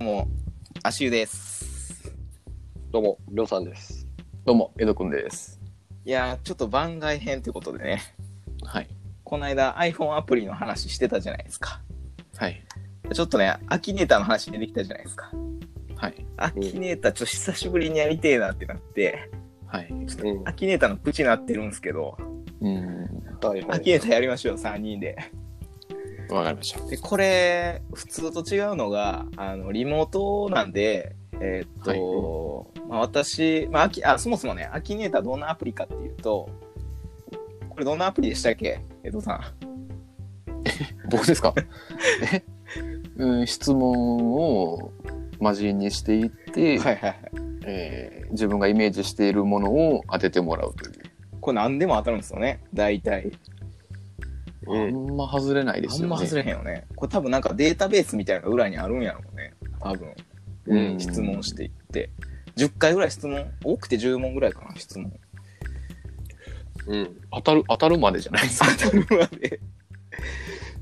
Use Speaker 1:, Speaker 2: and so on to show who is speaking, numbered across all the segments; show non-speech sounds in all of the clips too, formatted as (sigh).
Speaker 1: もう、アシュです。
Speaker 2: どうも、りょうさんです。
Speaker 3: どうも、江戸くんです。
Speaker 1: いやー、ちょっと番外編ってことでね、
Speaker 3: はい。
Speaker 1: この間 iPhone アプリの話してたじゃないですか。
Speaker 3: はい。
Speaker 1: ちょっとね、アキネーターの話出てきたじゃないですか。
Speaker 3: はい。
Speaker 1: アキネーター、ちょっと久しぶりにやりてえなってなって、
Speaker 3: はい。
Speaker 2: うん。
Speaker 1: アキネーターのプチなってるんですけど、
Speaker 3: うん。
Speaker 2: はいは
Speaker 1: ア
Speaker 2: い。
Speaker 1: キネーターやりましょう、3人で。
Speaker 3: わかりました。
Speaker 1: で、これ、普通と違うのが、あの、リモートなんで、えーっと、まあ、私、まあ、アキあ、そもそもね、アキネーターどんなアプリかっていうと、これどんなアプリでしたっけ江戸さん。
Speaker 3: 僕ですかえ、うん、質問を真面目にしていって、
Speaker 1: はいはいはい。
Speaker 3: えー自分がイメージしているものを当ててもらうという。
Speaker 1: これ何でも当たるんですよね、大体。
Speaker 2: う
Speaker 3: あ
Speaker 2: ん。
Speaker 3: んま外れないで
Speaker 1: あ
Speaker 3: すよ
Speaker 1: ん
Speaker 3: ね。
Speaker 1: ま外れへんよね。これ多分なんかデータベースみたいなのが裏にあるんやろうね。多分、
Speaker 3: う
Speaker 2: うん
Speaker 3: ん。
Speaker 1: 質問していって。10回ぐらい質問、多くて10問ぐらいかな、質問。
Speaker 2: うん。
Speaker 3: 当たる、当たるまでじ
Speaker 1: (laughs)
Speaker 3: ゃないですか。
Speaker 1: 当たるまで。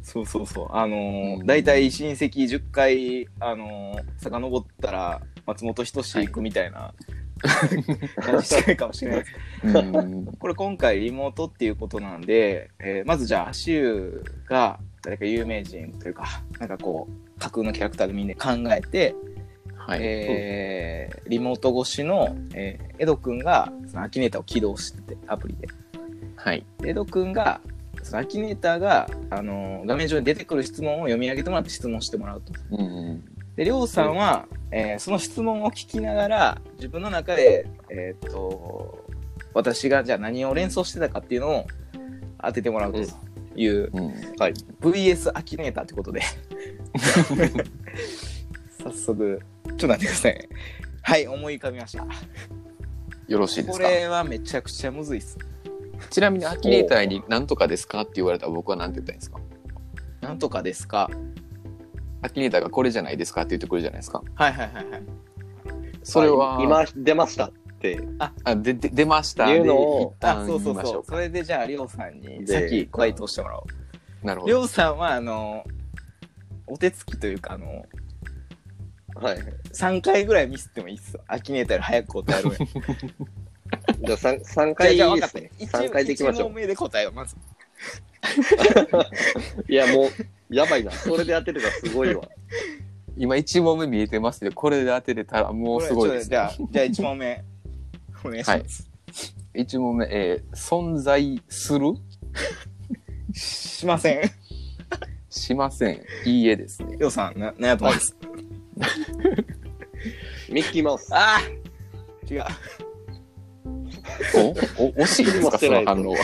Speaker 1: そうそうそう。あの
Speaker 3: う
Speaker 1: ー、
Speaker 3: ん
Speaker 1: 大体親戚10回、あのー、遡ったら、松本人志行くみたいな、感じしてるかもしれないですけど
Speaker 3: うん。
Speaker 1: これ今回リモートっていうことなんで、えーまずじゃあ足湯が誰か有名人というかなんかこう架空のキャラクターでみんな考えて、
Speaker 3: はい。
Speaker 1: えーリモート越しの、えー、エドくんがそのアキネーターを起動しててアプリで
Speaker 3: はい。
Speaker 1: でエドくんがそのアキネーターが、あのー画面上に出てくる質問を読み上げてもらって質問してもらうと。
Speaker 3: うん。
Speaker 1: でりょうさんは、えーその質問を聞きながら自分の中で、えーっと私がじゃあ何を連想してたかっていうのを当ててもらうという、
Speaker 3: うん。
Speaker 2: はい。
Speaker 1: VS アキネーターってこと
Speaker 3: (laughs)
Speaker 1: で早速ちょっと待ってくださいねはい思い浮かびました
Speaker 3: よろしいで
Speaker 1: こ
Speaker 3: すか
Speaker 1: れはめちゃくちゃむずいっす
Speaker 3: ちなみに、アキネーターに何とかですかって言われたら僕は何て言ったらいいんですか
Speaker 1: なんとかですか
Speaker 3: アキネーターがこれじゃないですかって言ってくるじゃないですか。
Speaker 1: はいはいはいはい
Speaker 3: それは、
Speaker 2: 今、出ましたって。
Speaker 3: あでで出ました
Speaker 2: 言うのを
Speaker 3: で一
Speaker 1: あ
Speaker 3: 旦
Speaker 1: そう
Speaker 3: 言
Speaker 1: そ
Speaker 3: いうまし
Speaker 1: そ
Speaker 3: ょ
Speaker 1: う
Speaker 3: う
Speaker 1: そ
Speaker 3: か
Speaker 1: れでじゃありょうさんに
Speaker 2: で
Speaker 1: 先回答してもらおう
Speaker 3: なるほ
Speaker 1: りょ
Speaker 3: ど
Speaker 1: うさんはあのお手つきというかあの
Speaker 2: はい。
Speaker 1: 3回ぐらいミスってもいいっ (laughs) すよアキネーターより早く答えろよ
Speaker 2: じゃあ
Speaker 3: (laughs)
Speaker 2: 三三
Speaker 1: じゃあ
Speaker 2: 回
Speaker 1: じゃあ
Speaker 2: い
Speaker 1: 分
Speaker 2: いで
Speaker 1: かっ
Speaker 2: す
Speaker 1: た
Speaker 2: ね。
Speaker 1: 一
Speaker 2: 三回でいきまし
Speaker 1: 一
Speaker 2: ょ
Speaker 1: 問目で答えをまず
Speaker 2: う。いや、もう、やばいな。それで当てるのすごいわ。 (laughs)
Speaker 3: 今一問目見えてますけどこれで当てれたらもうすごいです
Speaker 1: これちょっとじゃあじゃあ1問目お願いします、
Speaker 3: 一問目、えー存在する
Speaker 1: しません
Speaker 3: しませんいいえですね
Speaker 1: りょうさん、な、なんやと思います。
Speaker 2: ミッキーマウス。
Speaker 1: ああ違う。
Speaker 3: おお惜しいです
Speaker 2: も
Speaker 3: か
Speaker 2: して
Speaker 3: そ
Speaker 2: な
Speaker 3: の
Speaker 2: い
Speaker 3: 反応は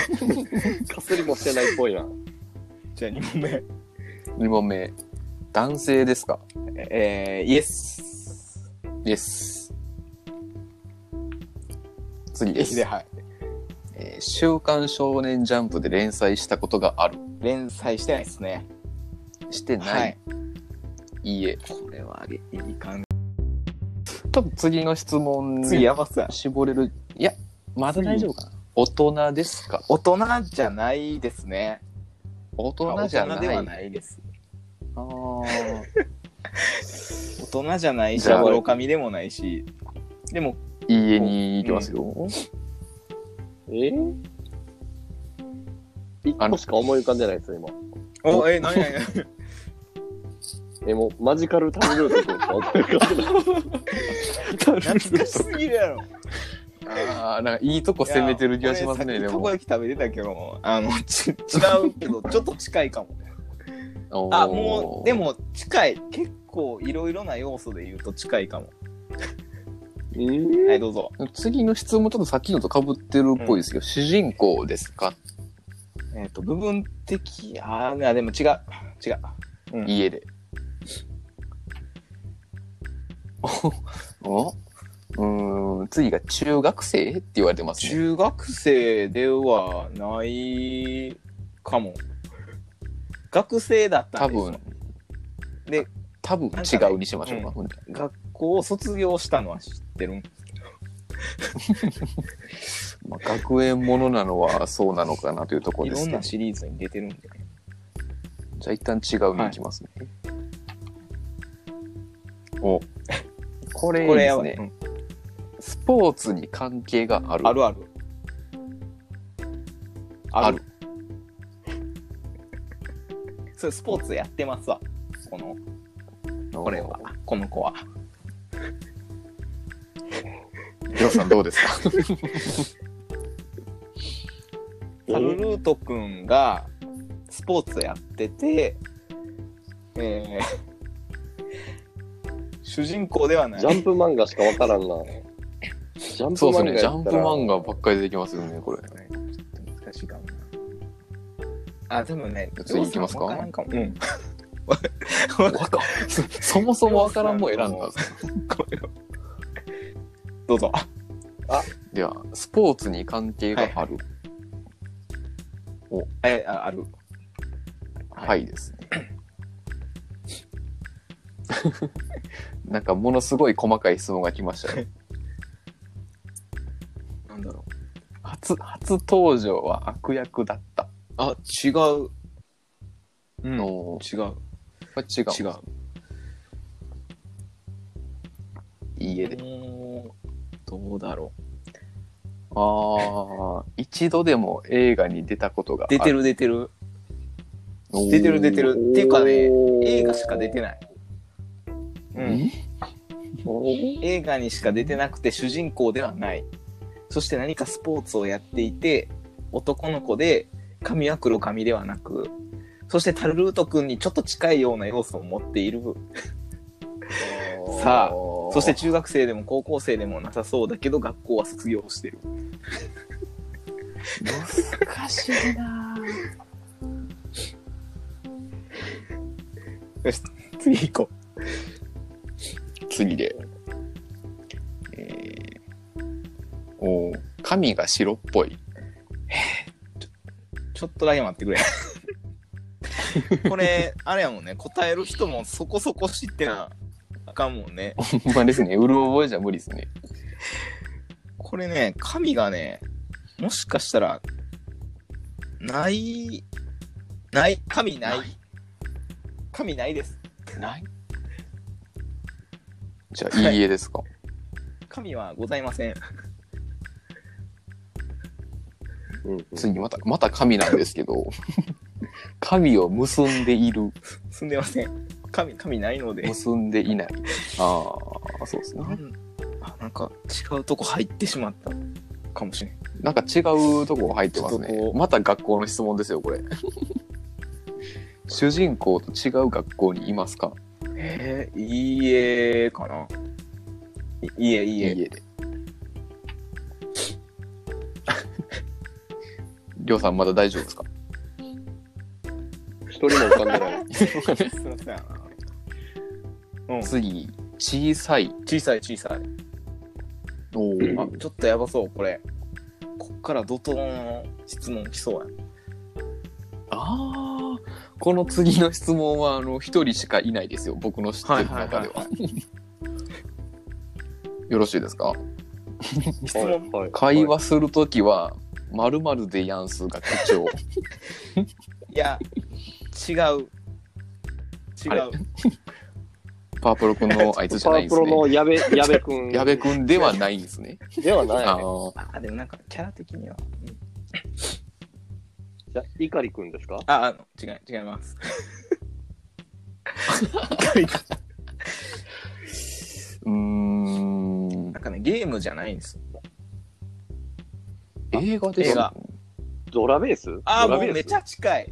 Speaker 2: かすりもしてないっぽいな。
Speaker 1: じゃあ2問目。
Speaker 3: 二問目男性ですか
Speaker 1: えー、イエス。
Speaker 3: イエス次
Speaker 1: イエ
Speaker 3: で
Speaker 1: ス
Speaker 3: す
Speaker 1: で、はい。
Speaker 3: えー週刊少年ジャンプ」で連載したことがある
Speaker 1: 連載してないですね。
Speaker 3: してない、
Speaker 1: はい
Speaker 3: い、。いえ
Speaker 1: これはあげ、いい感
Speaker 3: 多分次の質問
Speaker 1: じ。
Speaker 3: に
Speaker 1: 次、やばっすわ
Speaker 3: 絞れるいやまだ大丈夫かな大人ですか
Speaker 1: 大人じゃないですね。
Speaker 3: 大人じゃな
Speaker 1: 大
Speaker 3: い
Speaker 1: 人ではないです。
Speaker 3: あ
Speaker 1: 大人じゃないし、
Speaker 3: じゃあ
Speaker 1: 愚かみでもないし。でも、
Speaker 3: ーいいえに行きますよ、
Speaker 2: え一個しか思い浮かんでないです、今。
Speaker 1: お、え、何や
Speaker 2: え、もう、マジカルタブルートとか思い浮かんでない。
Speaker 1: 懐かしすぎるやろ。
Speaker 3: ああなんかいい (laughs) とこ攻めてる気がします
Speaker 1: い
Speaker 3: ね
Speaker 1: や
Speaker 3: で
Speaker 1: 俺さっきたこ
Speaker 3: も
Speaker 1: 焼き食べてたけど、あの、 (laughs) ち違うけど、ちょっと近いかも。
Speaker 3: おー
Speaker 1: あもうでも近い結構いろいろな要素で言うと近いかも
Speaker 2: え
Speaker 1: はい
Speaker 2: ー
Speaker 1: どうぞ
Speaker 3: 次の質問ちょっとさっきのとかぶってるっぽいですけど、主人公ですか
Speaker 1: えっ、と部分的あーあでも違う違ううん (laughs)
Speaker 3: 家でおおうーん次が中学生って言われてますね
Speaker 1: 中学生ではないかも学生だった
Speaker 3: 多
Speaker 1: んですよ
Speaker 3: 分
Speaker 1: で
Speaker 3: 多分違うにしましょうか
Speaker 1: なん
Speaker 3: ほんで
Speaker 1: 学校を卒業したのは知ってる
Speaker 3: まあ、学園ものなのはそうなのかなというとこ
Speaker 1: い
Speaker 3: ろで
Speaker 1: ろ
Speaker 3: す
Speaker 1: ん
Speaker 3: けど
Speaker 1: なシリーズに出てるんで
Speaker 3: じゃあ一旦違うに行きますね、おこれいい
Speaker 1: これ
Speaker 3: です
Speaker 1: やばい
Speaker 3: ね。スポーツに関係があ
Speaker 1: う
Speaker 3: る。
Speaker 1: んあるある。
Speaker 3: ある
Speaker 1: それスポーツやってますわ。この、これは。この子は。
Speaker 3: りょうさんどうで
Speaker 1: (laughs)
Speaker 3: すか
Speaker 1: タルルートくんがスポーツやってて、えー (laughs) 主人公ではない。
Speaker 2: ジャンプ漫画しかわからんな。ジャンプ
Speaker 3: そう
Speaker 2: 漫
Speaker 3: です
Speaker 2: 画
Speaker 3: ね。
Speaker 2: やったら
Speaker 3: ジャンプ漫画ばっかり出てきますよね、これ。
Speaker 1: 難しいかもな。あ、でもね、
Speaker 3: 次行きますか
Speaker 1: わらんかもうん。 (laughs)
Speaker 3: わか (laughs) そもそもわからんもん選んだんですね。
Speaker 1: どうぞ。
Speaker 3: では、スポーツに関係がある。
Speaker 1: え、あある。
Speaker 3: はい、
Speaker 1: い
Speaker 3: ですね。 (laughs) なんかものすごい細かい質問が来ましたね。
Speaker 1: なんだろう。
Speaker 3: 初、初登場は悪役だった。
Speaker 1: あ、違う。うん。違う。
Speaker 3: の、
Speaker 1: 違う。
Speaker 3: これ違う。いいえで。
Speaker 1: うーんどうだろう。
Speaker 3: ああ、一度でも映画に出たことがある。
Speaker 1: 出てる出てる。
Speaker 3: おー。
Speaker 1: 出てる出てる。っていうかね、映画しか出て
Speaker 2: ない。
Speaker 1: ない。う
Speaker 3: うん
Speaker 1: ん。
Speaker 2: おー
Speaker 1: 映画にしか出てなくて主人公ではないそして何かスポーツをやっていて男の子で髪は黒髪ではなくそしてタルルート君にちょっと近いような要素を持っているさあそして、中学生でも高校生でもなさそうだけど学校は卒業してる
Speaker 3: 難しいな
Speaker 1: よし次行こ
Speaker 3: 次で。えー、おー髪が白っぽ (laughs) い。
Speaker 1: うちょっとだけ待ってくれ (laughs) これあれやもんね答える人もそこそこ知ってなあかんもんね
Speaker 3: ほんまですね。うる覚えじゃ無理ですね。
Speaker 1: これね、神がね、もしかしたら、ない、ない、神ない。神ないです。
Speaker 3: ないじゃあ、いいえですか。
Speaker 1: 神はございません。 (laughs)
Speaker 2: うんうん
Speaker 3: 次、また、また神なんです
Speaker 1: (laughs)
Speaker 3: けど、神を結んでいる、
Speaker 1: すんでません。神、神ないので。
Speaker 3: 結んでいない。ああ、そうですね
Speaker 1: な。んあなんか違うとこ入ってしまったかもしれん。
Speaker 3: なんか違うとこ入ってます
Speaker 1: ちょっと
Speaker 3: ね
Speaker 1: こ。う
Speaker 3: また学校の質問です
Speaker 1: (laughs)
Speaker 3: よ、これ。主人公と違う学校にいますか
Speaker 1: えー、いいえかな。いいえ、いい
Speaker 3: 家
Speaker 1: え。
Speaker 3: で。りょうさんまだ大丈夫ですか
Speaker 2: 一人も浮かんでない。
Speaker 1: すいません。うん、
Speaker 3: 次、小さい。
Speaker 1: (laughs) 小さい小さい。
Speaker 2: ー
Speaker 1: (laughs) あ、ちょっとやばそう、これ。こっから怒涛の質問来そうや。
Speaker 3: ああ、この次の質問は、あの、一人しかいないですよ。僕の知ってる中では。よろしいですか
Speaker 1: 質問
Speaker 2: はいはい
Speaker 3: 会話するときは、まるまるでやんすが口調。
Speaker 1: いや、違う。違
Speaker 3: あれ
Speaker 1: う。
Speaker 3: パープルくんのあいつじゃ
Speaker 2: パ
Speaker 3: ないん
Speaker 2: ー
Speaker 3: で
Speaker 2: プ
Speaker 3: す
Speaker 2: ロ
Speaker 3: ね。
Speaker 2: の矢
Speaker 3: (laughs)
Speaker 2: 部、矢部くん。
Speaker 3: 矢部くんではないんですね。
Speaker 2: ではない。
Speaker 3: あ
Speaker 2: じ
Speaker 3: ー
Speaker 1: あ、でもなんか、キャラ的には。うん
Speaker 2: ゃ、いかりくんですか
Speaker 1: あ、あの、違い、違います。
Speaker 3: うーん
Speaker 1: な。んかね、ゲームじゃないんですよ。
Speaker 3: 映画です
Speaker 1: 映画
Speaker 2: ドラベース
Speaker 1: あ、
Speaker 2: ドラ
Speaker 1: もう
Speaker 2: ベース
Speaker 1: めちゃ近い。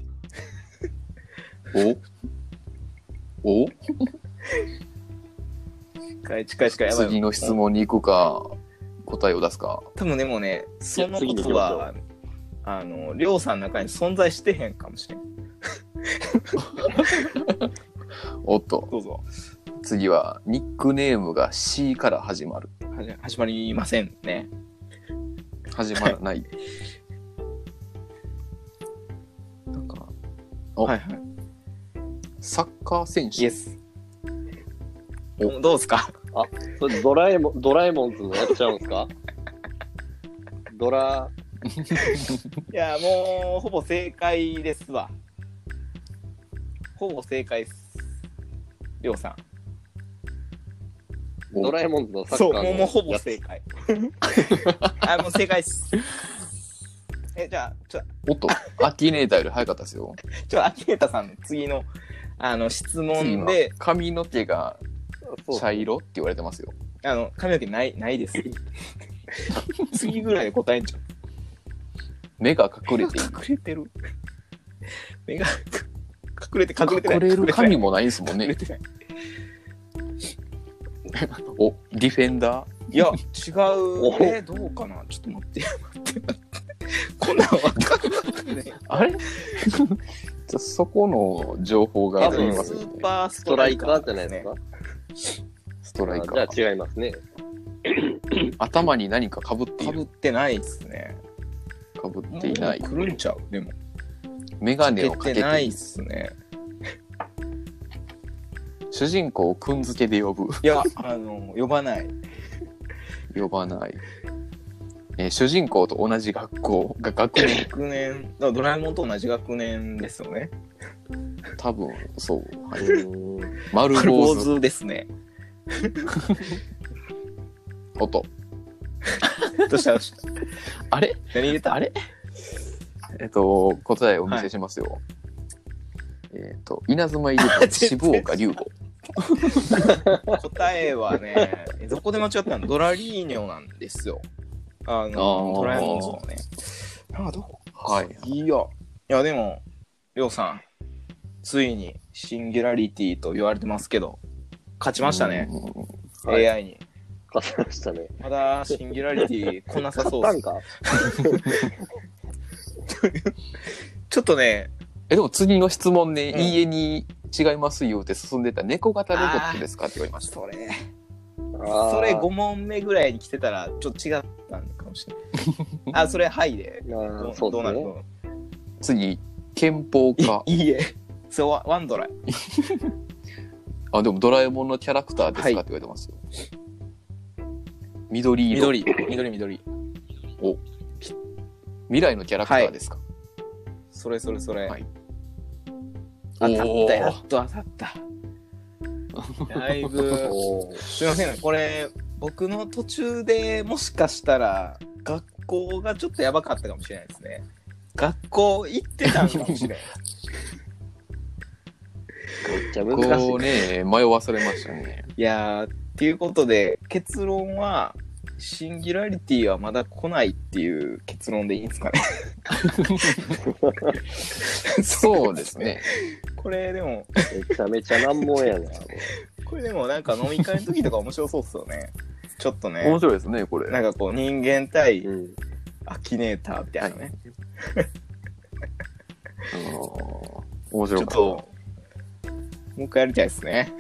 Speaker 3: おお
Speaker 1: 近い、近い、近い。やばい。
Speaker 3: 次の質問に行くか、答えを出すか。
Speaker 1: 多分でもね、その
Speaker 2: 次
Speaker 1: こ
Speaker 2: に行き
Speaker 1: と
Speaker 2: ましょう
Speaker 1: は、あの、りょうさんの中に存在してへんかもしれん。
Speaker 3: おっと、
Speaker 1: どうぞ。
Speaker 3: 次は、ニックネームが C から始まる。
Speaker 1: はじ始まりませんね。
Speaker 3: 始まらない。
Speaker 1: なんか。
Speaker 3: お
Speaker 1: はいはい。
Speaker 3: サッカー選
Speaker 1: イエ
Speaker 3: 手。
Speaker 1: ス。
Speaker 3: お
Speaker 1: どうですか
Speaker 2: それドラえもん、ドラえもんズのやっちゃうんですかドラ、
Speaker 1: いや、もう、ほぼ正解ですわ。ほぼ正解です。りょうさん。
Speaker 2: ドラえもんズのサッカ
Speaker 1: そ
Speaker 2: ー
Speaker 1: う、
Speaker 2: の
Speaker 1: もうもうほぼ
Speaker 2: やつ
Speaker 1: 正解。 (laughs) あ、もう正解っす。え、じゃあ、ちょ、
Speaker 3: おっと、アキネーターより早かったですよ。
Speaker 1: ちょ、アキネタさんの次の、あの、質
Speaker 3: 次
Speaker 1: 問
Speaker 3: は
Speaker 1: で、
Speaker 3: 髪の毛が
Speaker 2: そう
Speaker 3: 茶色って言われてますよ。
Speaker 1: あの、髪の毛ない、ない (laughs) です。次ぐらいで答えんちゃう。
Speaker 3: 目が隠れている。
Speaker 1: 隠れてる。目が、隠れて、隠れてない。
Speaker 3: 隠れる
Speaker 1: てない
Speaker 3: 髪もないですもん
Speaker 1: 隠れ
Speaker 3: ね。
Speaker 1: てない。
Speaker 3: お、ディフェンダー
Speaker 1: いや、違う。え、どうかなちょっと待って、待って、待って。こんなんわかんない。
Speaker 3: あれ (laughs) ちょっとそこの情報が
Speaker 2: 多
Speaker 1: 多
Speaker 3: あり
Speaker 2: 分
Speaker 1: 分
Speaker 3: ま
Speaker 1: ス
Speaker 3: すよね
Speaker 1: ー。パース
Speaker 2: ス
Speaker 1: ト
Speaker 2: ト
Speaker 1: ラ
Speaker 2: ラ
Speaker 1: イ
Speaker 2: イ
Speaker 1: カー
Speaker 2: カ
Speaker 1: です
Speaker 2: ーじゃないですか、
Speaker 3: ストライカ
Speaker 2: あじ
Speaker 3: ー。
Speaker 2: ゃあ違いますね。
Speaker 3: 頭に何か被ってい
Speaker 1: かぶ
Speaker 3: る。
Speaker 1: ってないですね。
Speaker 3: 被っていない
Speaker 1: も。う来るんちゃうでも。
Speaker 3: メガネを
Speaker 1: か
Speaker 3: か
Speaker 1: け
Speaker 3: け
Speaker 1: て
Speaker 3: てい
Speaker 1: ないっ
Speaker 3: る。
Speaker 1: すね。
Speaker 3: 主人公をくんづけで呼ぶ。
Speaker 1: いや、あの、呼ばない。
Speaker 3: 呼ばない。えー主人公と同じ学校が学
Speaker 1: (laughs)
Speaker 3: 年
Speaker 1: 学年、だからドラえもんと同じ学年ですよね。
Speaker 3: 多分そう、はい、
Speaker 2: うん
Speaker 3: 丸
Speaker 1: 坊
Speaker 3: 坊主
Speaker 1: 主ですね。
Speaker 3: 音
Speaker 1: どうしたどうした
Speaker 3: あれ
Speaker 1: 何入れた
Speaker 3: あれえっと答えをお見せしますよ、えっと稲妻イレ
Speaker 1: (laughs)
Speaker 3: ブン渋岡龍吾
Speaker 1: 答えはね、どこで間違ったのドラリーニョなんですよ。あの、
Speaker 3: あー
Speaker 1: ドラえもんそうね。なんかどこ
Speaker 3: はい
Speaker 1: いや。いや、でも、りょうさん、ついにシンギュラリティと言われてますけど、勝ちましたね、
Speaker 3: うん
Speaker 2: うんはい
Speaker 1: AI に。
Speaker 2: 勝ちましたね。
Speaker 1: まだシンギュラリティ来なさそう
Speaker 2: な
Speaker 1: で
Speaker 2: ん
Speaker 1: す。
Speaker 2: か
Speaker 1: ちょっとね、
Speaker 3: えでも次の質問ね、
Speaker 1: うん
Speaker 3: 家に違いますよって進んでた猫型ロボットですかって言われました
Speaker 1: それ、
Speaker 2: あー
Speaker 1: それ5問目ぐらいに来てたら、ちょっと違ったのかもしれない。あ、それ、はいで。
Speaker 2: あ
Speaker 1: ど
Speaker 2: ーそう
Speaker 1: どう
Speaker 2: で
Speaker 1: な
Speaker 2: す
Speaker 1: る
Speaker 2: ね。
Speaker 1: の
Speaker 3: 次憲法か
Speaker 1: いいいえ。そう、ワワンドライ。
Speaker 3: あでもドラえもんのキャラクターです
Speaker 1: は
Speaker 3: かっ
Speaker 1: い
Speaker 3: て言われてますよ、緑色 (laughs)
Speaker 1: 緑、緑、緑。
Speaker 3: 未来のキャラクターですか、
Speaker 1: それそれそれ。
Speaker 3: はい
Speaker 1: 当た
Speaker 3: お
Speaker 1: った、やっと当たった。だいぶ。
Speaker 2: おー
Speaker 1: すいませんこれ僕の途中でもしかしたら学校がちょっとやばかったかもしれないですね学校行ってたんかもしれない
Speaker 2: めっちゃ
Speaker 3: こ
Speaker 2: 難し
Speaker 3: うね迷わされましたね
Speaker 1: (laughs) いやーっていうことで結論はシンギュラリティはまだ来ないっていう結論でいいんですかね
Speaker 3: そうですね。
Speaker 1: これでも
Speaker 2: い。めちゃめちゃ難問やな。
Speaker 1: これでもなんか飲み会の時とか面白そうっすよねちょっとね
Speaker 3: 面白いですね、こ
Speaker 1: な
Speaker 3: れ。
Speaker 1: んか (laughs) こう人間対
Speaker 2: うん
Speaker 1: アキネーターみたいなね、
Speaker 3: あのー面
Speaker 1: ちょ
Speaker 3: 白
Speaker 1: っ
Speaker 3: かっ
Speaker 1: ともう一回やりたいですね